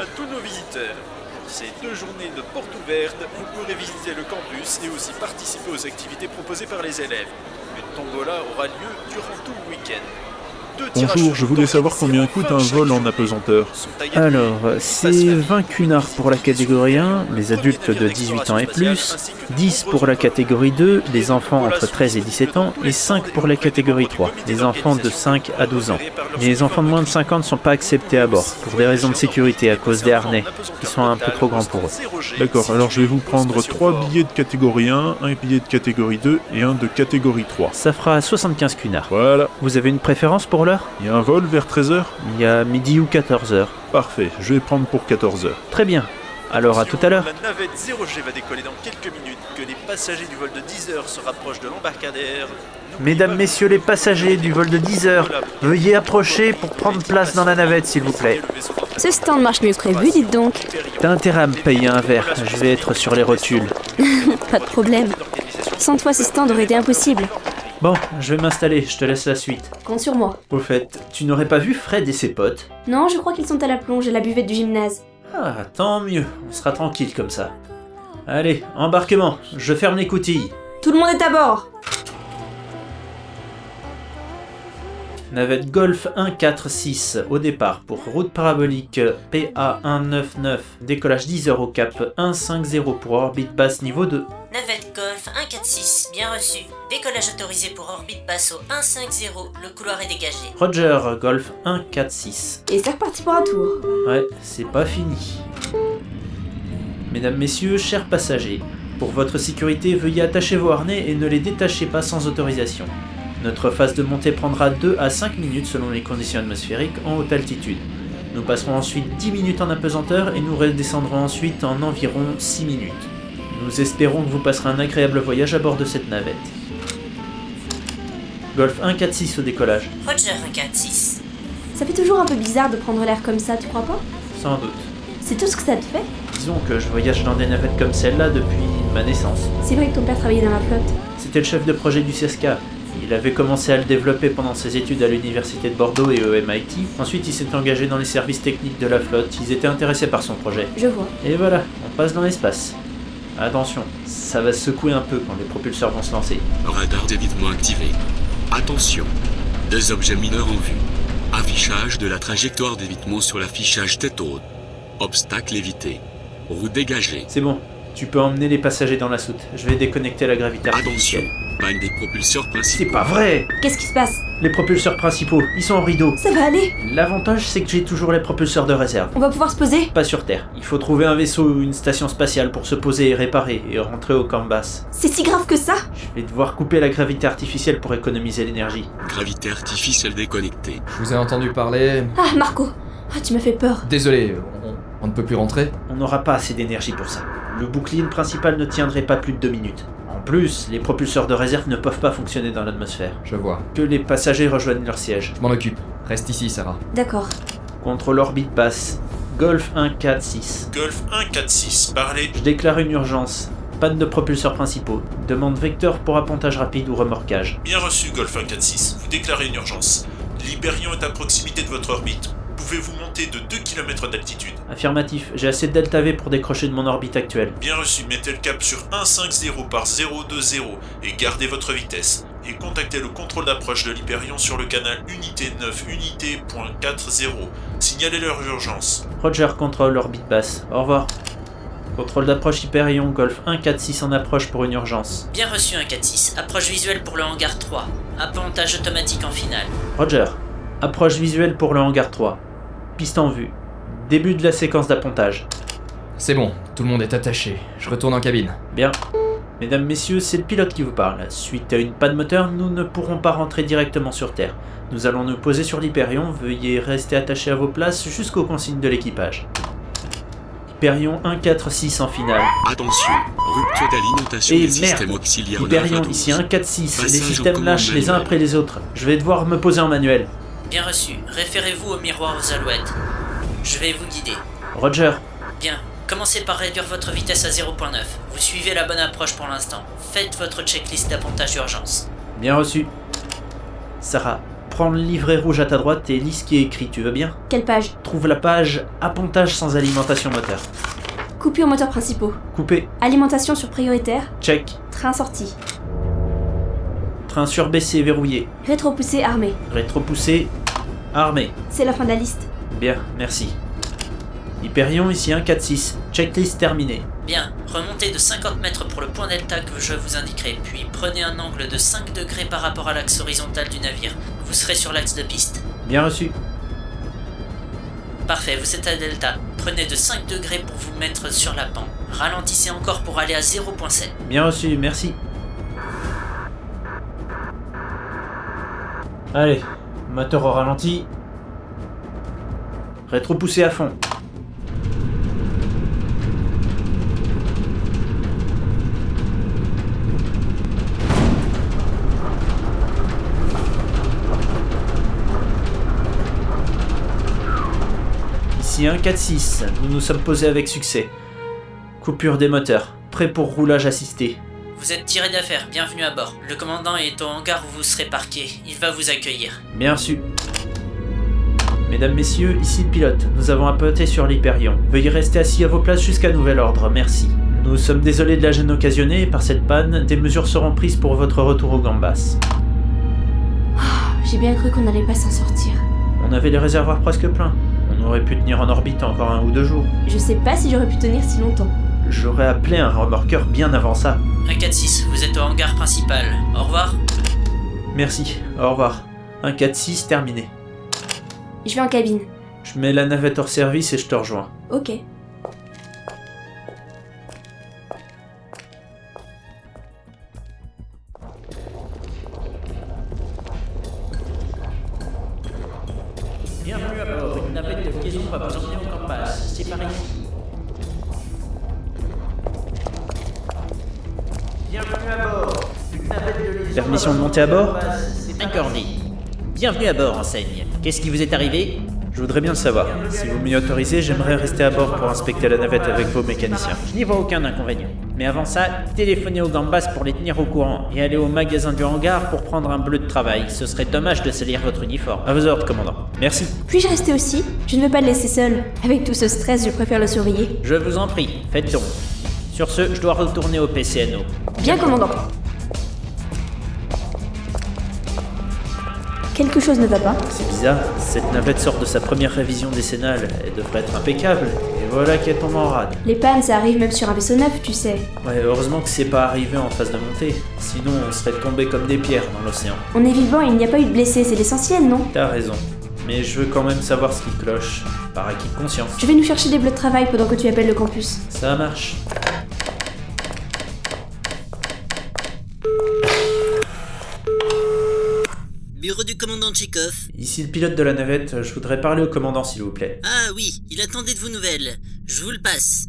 à tous nos visiteurs. Pour ces deux journées de porte ouverte, vous pourrez visiter le campus et aussi participer aux activités proposées par les élèves. Une tombola aura lieu durant tout le week-end. Deux tirages Bonjour, je seront voulais savoir organisés combien en coûte fin un de chaque vol en journée. apesanteur. Sont taillés de Alors, nuit, passe c'est famille, 20 cunards pour la catégorie 1, les adultes de 18 ans et plus, 10 pour la catégorie 2, les enfants entre 13 et 17 ans, et 5 pour la catégorie 3, les enfants de 5 à 12 ans. Mais les enfants de moins de 5 ans ne sont pas acceptés à bord, pour des raisons de sécurité à cause des harnais, qui sont un peu trop grands pour eux. D'accord, alors je vais vous prendre 3 billets de catégorie 1, un billet de catégorie 2 et un de catégorie 3. Ça fera 75 cunards. Voilà, Vous avez une préférence pour l'heure il y a un vol vers 13h Il y a midi ou 14 heures. Parfait, je vais prendre pour 14h. Très bien. Alors à tout à l'heure. La navette 0G va décoller dans quelques minutes. Que les passagers du vol de 10 heures se rapprochent de l'embarcadère. N'oubliez Mesdames, pas- messieurs les passagers du vol de 10 heures, veuillez approcher pour prendre place dans la navette, s'il vous plaît. Ce stand marche mieux que prévu, dites donc. T'as intérêt à me payer un verre, je vais être sur les rotules. Pas de problème. Sans toi, ce stand aurait été impossible. Bon, je vais m'installer, je te laisse la suite. Compte sur moi. Au fait, tu n'aurais pas vu Fred et ses potes Non, je crois qu'ils sont à la plonge à la buvette du gymnase. Ah, tant mieux, on sera tranquille comme ça. Allez, embarquement, je ferme les coutilles. Tout le monde est à bord Navette Golf 146 au départ pour route parabolique PA199, décollage 10h au cap 150 pour orbite basse niveau 2. Navette Golf 146, bien reçu. Décollage autorisé pour orbite basse au 150, le couloir est dégagé. Roger Golf 146. Et c'est reparti pour un tour. Ouais, c'est pas fini. Mesdames, messieurs, chers passagers, pour votre sécurité, veuillez attacher vos harnais et ne les détachez pas sans autorisation. Notre phase de montée prendra 2 à 5 minutes selon les conditions atmosphériques en haute altitude. Nous passerons ensuite 10 minutes en apesanteur et nous redescendrons ensuite en environ 6 minutes. Nous espérons que vous passerez un agréable voyage à bord de cette navette. Golf 146 au décollage, Roger 146. Ça fait toujours un peu bizarre de prendre l'air comme ça, tu crois pas sans doute. C'est tout ce que ça te fait Disons que je voyage dans des navettes comme celle-là depuis ma naissance. C'est vrai que ton père travaillait dans la flotte. C'était le chef de projet du CESCA. Il avait commencé à le développer pendant ses études à l'université de Bordeaux et au MIT. Ensuite, il s'est engagé dans les services techniques de la flotte. Ils étaient intéressés par son projet. Je vois. Et voilà, on passe dans l'espace. Attention, ça va secouer un peu quand les propulseurs vont se lancer. Radar d'évitement activé. Attention. Deux objets mineurs en vue. Affichage de la trajectoire d'évitement sur l'affichage tête haute. Obstacle évité. Roue dégagée. C'est bon, tu peux emmener les passagers dans la soute. Je vais déconnecter la gravité Attention. artificielle. Panne des propulseurs C'est principaux. pas vrai Qu'est-ce qui se passe Les propulseurs principaux, ils sont en rideau. Ça va aller L'avantage, c'est que j'ai toujours les propulseurs de réserve. On va pouvoir se poser Pas sur Terre. Il faut trouver un vaisseau ou une station spatiale pour se poser et réparer et rentrer au camp basse. C'est si grave que ça Je vais devoir couper la gravité artificielle pour économiser l'énergie. Gravité artificielle déconnectée. Je vous ai entendu parler. Ah, Marco Ah, tu m'as fait peur. Désolé, on, on ne peut plus rentrer. On n'aura pas assez d'énergie pour ça. Le bouclier principal ne tiendrait pas plus de deux minutes. En plus, les propulseurs de réserve ne peuvent pas fonctionner dans l'atmosphère. Je vois. Que les passagers rejoignent leur siège. Je m'en occupe. Reste ici, Sarah. D'accord. Contre l'orbite basse. Golf 146. Golf 146, parlez. Je déclare une urgence. Panne de propulseurs principaux. Demande vecteur pour appontage rapide ou remorquage. Bien reçu, Golf 146. Vous déclarez une urgence. L'Hyperion est à proximité de votre orbite. Pouvez-vous monter de 2 km d'altitude Affirmatif, j'ai assez de delta V pour décrocher de mon orbite actuelle. Bien reçu, mettez le cap sur 150 par 020 et gardez votre vitesse. Et contactez le contrôle d'approche de l'Hyperion sur le canal unité 9 unité.40. Signalez leur urgence. Roger, contrôle, orbite basse. Au revoir. Contrôle d'approche Hyperion, Golf 146 en approche pour une urgence. Bien reçu 146, approche visuelle pour le hangar 3. Appontage automatique en finale. Roger, approche visuelle pour le hangar 3. Piste en vue. Début de la séquence d'appontage. C'est bon, tout le monde est attaché. Je retourne en cabine. Bien. Mesdames, messieurs, c'est le pilote qui vous parle. Suite à une panne moteur, nous ne pourrons pas rentrer directement sur Terre. Nous allons nous poser sur l'Hyperion, veuillez rester attachés à vos places jusqu'aux consignes de l'équipage. Hyperion 146 en finale. Attention. Rupture d'alimentation Et des merde. systèmes auxiliaires Hyperion NAV12. ici hein. 146, les Passage au systèmes commande lâchent les uns manuel. après les autres. Je vais devoir me poser en manuel. Bien reçu, référez-vous au miroir aux alouettes. Je vais vous guider. Roger, Bien, commencez par réduire votre vitesse à 0.9. Vous suivez la bonne approche pour l'instant. Faites votre checklist d'appontage urgence. Bien reçu. Sarah, prends le livret rouge à ta droite et lis ce qui est écrit, tu veux bien Quelle page Trouve la page Appontage sans alimentation moteur. Coupure moteur principaux. Coupé, Alimentation sur prioritaire. check. Train sorti. Train surbaissé verrouillé. Rétropoussé armé. Rétropoussé. Armé. C'est la fin de la liste. Bien, merci. Hyperion ici 146. Checklist terminée. Bien, remontez de 50 mètres pour le point delta que je vous indiquerai, puis prenez un angle de 5 degrés par rapport à l'axe horizontal du navire. Vous serez sur l'axe de piste. Bien reçu. Parfait, vous êtes à delta. Prenez de 5 degrés pour vous mettre sur la pente. Ralentissez encore pour aller à 0.7. Bien reçu, merci. Allez, moteur au ralenti. Rétropoussé à fond. Ici 1-4-6, nous nous sommes posés avec succès. Coupure des moteurs, prêt pour roulage assisté. Vous êtes tiré d'affaire, bienvenue à bord. Le commandant est au hangar où vous serez parqué. Il va vous accueillir. Bien reçu. Mesdames, Messieurs, ici le pilote. Nous avons apporté sur l'Hyperion. Veuillez rester assis à vos places jusqu'à nouvel ordre, merci. Nous sommes désolés de la gêne occasionnée et par cette panne, des mesures seront prises pour votre retour au Gambas. J'ai bien cru qu'on n'allait pas s'en sortir. On avait les réservoirs presque pleins. On aurait pu tenir en orbite encore un ou deux jours. Je sais pas si j'aurais pu tenir si longtemps. J'aurais appelé un remorqueur bien avant ça. 146, vous êtes au hangar principal. Au revoir. Merci, au revoir. 1-4-6 terminé. Je vais en cabine. Je mets la navette hors service et je te rejoins. Ok. Bienvenue à bord, une navette de liaison va vous emmener au Gambas. C'est par ici. Bienvenue à bord, une navette de liaison. Permission de monter à bord Accordé. Bienvenue à bord, enseigne. Qu'est-ce qui vous est arrivé Je voudrais bien le savoir. Si vous m'y autorisez, j'aimerais rester à bord pour inspecter la navette avec vos mécaniciens. Je n'y vois aucun inconvénient. Mais avant ça, téléphonez aux Gambas pour les tenir au courant et allez au magasin du hangar pour prendre un bleu de travail. Ce serait dommage de salir votre uniforme. À vos ordres, commandant. Merci. Puis-je rester aussi Je ne veux pas le laisser seul. Avec tout ce stress, je préfère le surveiller. Je vous en prie, faites donc. Sur ce, je dois retourner au PCNO. Bien, commandant. Quelque chose ne va pas. C'est bizarre, cette navette sort de sa première révision décennale. Elle devrait être impeccable. Et voilà qu'elle tombe en rade. Les pannes, ça arrive même sur un vaisseau neuf, tu sais. Ouais, heureusement que c'est pas arrivé en phase de montée. Sinon, on serait tombé comme des pierres dans l'océan. On est vivant et il n'y a pas eu de blessés, c'est l'essentiel, non T'as raison. Mais je veux quand même savoir ce qui cloche. Par acquis de conscience. Je vais nous chercher des bleus de travail pendant que tu appelles le campus. Ça marche. Bureau du commandant Tchekhov. Ici le pilote de la navette, je voudrais parler au commandant s'il vous plaît. Ah oui, il attendait de vos nouvelles. Je vous le passe.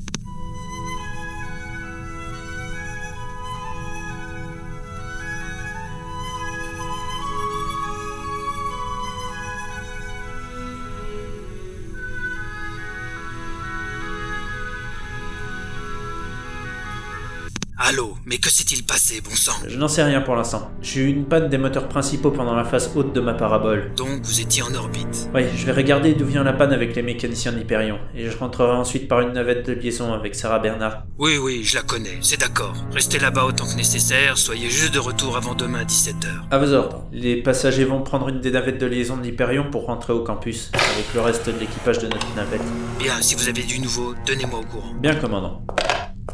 Allô, mais que s'est-il passé, bon sang Je n'en sais rien pour l'instant. J'ai eu une panne des moteurs principaux pendant la phase haute de ma parabole. Donc vous étiez en orbite. Ouais, je vais regarder d'où vient la panne avec les mécaniciens d'Hyperion. Et je rentrerai ensuite par une navette de liaison avec Sarah Bernard. Oui, oui, je la connais, c'est d'accord. Restez là-bas autant que nécessaire, soyez juste de retour avant demain 17h. À vos ordres. Les passagers vont prendre une des navettes de liaison de l'Hyperion pour rentrer au campus, avec le reste de l'équipage de notre navette. Bien, si vous avez du nouveau, tenez-moi au courant. Bien, commandant.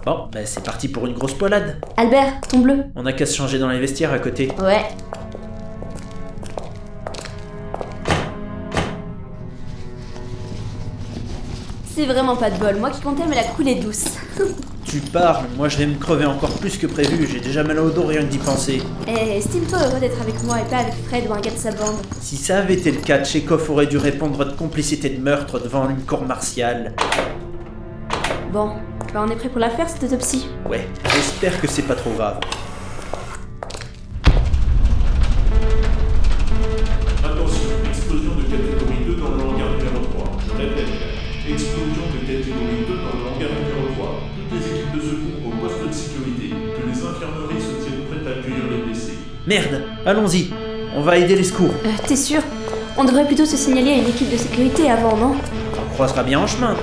Bon, bah c'est parti pour une grosse poilade. Albert, ton bleu On n'a qu'à se changer dans les vestiaires à côté. Ouais. C'est vraiment pas de bol. Moi qui comptais, mais la coulée est douce. Tu parles, moi je vais me crever encore plus que prévu, j'ai déjà mal au dos rien que d'y penser. Eh, estime-toi heureux d'être avec moi et pas avec Fred ou un gars de sa bande. Si ça avait été le cas, Tchekhov aurait dû répondre de complicité de meurtre devant une cour martiale. Bon, bah on est prêt pour la faire cette autopsie. Ouais, j'espère que c'est pas trop grave. Attention, explosion de catégorie 2 dans le hangar numéro 3. Je répète, explosion de catégorie 2 dans le hangar numéro 3. Toutes les équipes de secours au poste de sécurité. Que les infirmeries se tiennent prêtes à accueillir les blessés. Merde, allons-y On va aider les secours. Euh, T'es sûr On devrait plutôt se signaler à une équipe de sécurité avant, non On croisera bien en chemin.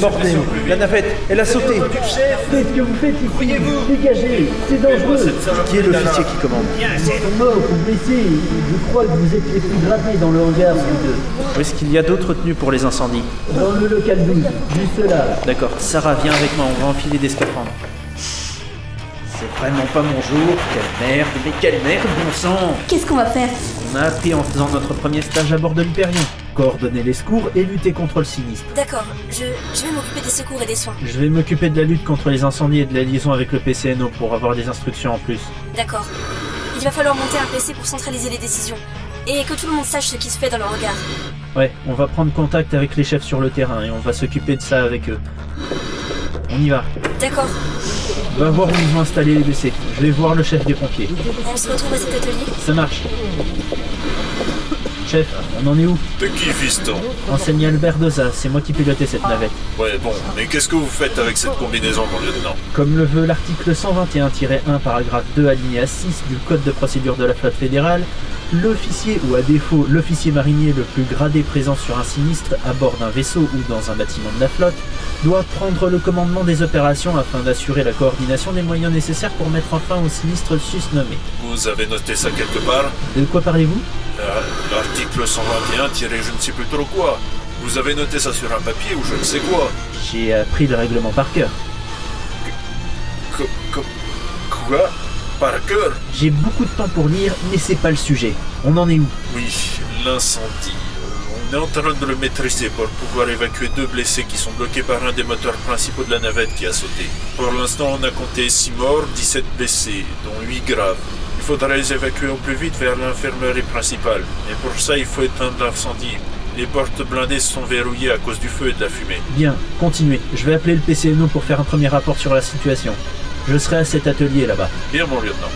Bordel, la navette, elle a sauté. Qu'est-ce que vous faites ici Dégagez C'est dangereux Qui est l'officier qui commande Ils sont morts ou blessés. Je crois que vous êtes les plus grattés dans le hangar, vous deux. Où est-ce qu'il y a d'autres tenues pour les incendies Dans le local 12, juste là. D'accord, Sarah, viens avec moi, on va enfiler des scaphandres. C'est vraiment pas mon jour, quelle merde, mais quelle merde, bon sang Qu'est-ce qu'on va faire On a appris en faisant notre premier stage à bord de l'Hyperion. Coordonner les secours et lutter contre le sinistre. D'accord, je, je vais m'occuper des secours et des soins. Je vais m'occuper de la lutte contre les incendies et de la liaison avec le PCNO pour avoir des instructions en plus. D'accord. Il va falloir monter un PC pour centraliser les décisions. Et que tout le monde sache ce qui se fait dans le regard. Ouais, on va prendre contact avec les chefs sur le terrain et on va s'occuper de ça avec eux. On y va. D'accord. Va voir où ils vont installer les blessés. Je vais voir le chef des pompiers. On se retrouve à cet atelier. Ça marche. Chef, on en est où Petit fiston. Enseigne Albert Doza, c'est moi qui pilotais cette navette. Ouais, bon, mais qu'est-ce que vous faites avec cette combinaison, mon lieutenant Comme le veut l'article 121-1 paragraphe 2 alinéa 6 du Code de procédure de la flotte fédérale, l'officier ou à défaut l'officier marinier le plus gradé présent sur un sinistre à bord d'un vaisseau ou dans un bâtiment de la flotte doit prendre le commandement des opérations afin d'assurer la coordination des moyens nécessaires pour mettre fin au sinistre susnommé. Vous avez noté ça quelque part De quoi parlez-vous Euh, L'article 121 tiré je ne sais plus trop quoi. Vous avez noté ça sur un papier ou je ne sais quoi. J'ai appris le règlement par cœur. Co- co- quoi Par cœur J'ai beaucoup de temps pour lire, mais c'est pas le sujet. On en est où Oui, l'incendie. Euh, On est en train de le maîtriser pour pouvoir évacuer deux blessés qui sont bloqués par un des moteurs principaux de la navette qui a sauté. Pour l'instant, on a compté 6 morts, 17 blessés, dont 8 graves. Il faudra les évacuer au plus vite vers l'infirmerie principale. Et pour ça, il faut éteindre l'incendie. Les portes blindées sont verrouillées à cause du feu et de la fumée. Bien, continuez. Je vais appeler le PCNO pour faire un premier rapport sur la situation. Je serai à cet atelier là-bas. Bien, mon lieutenant.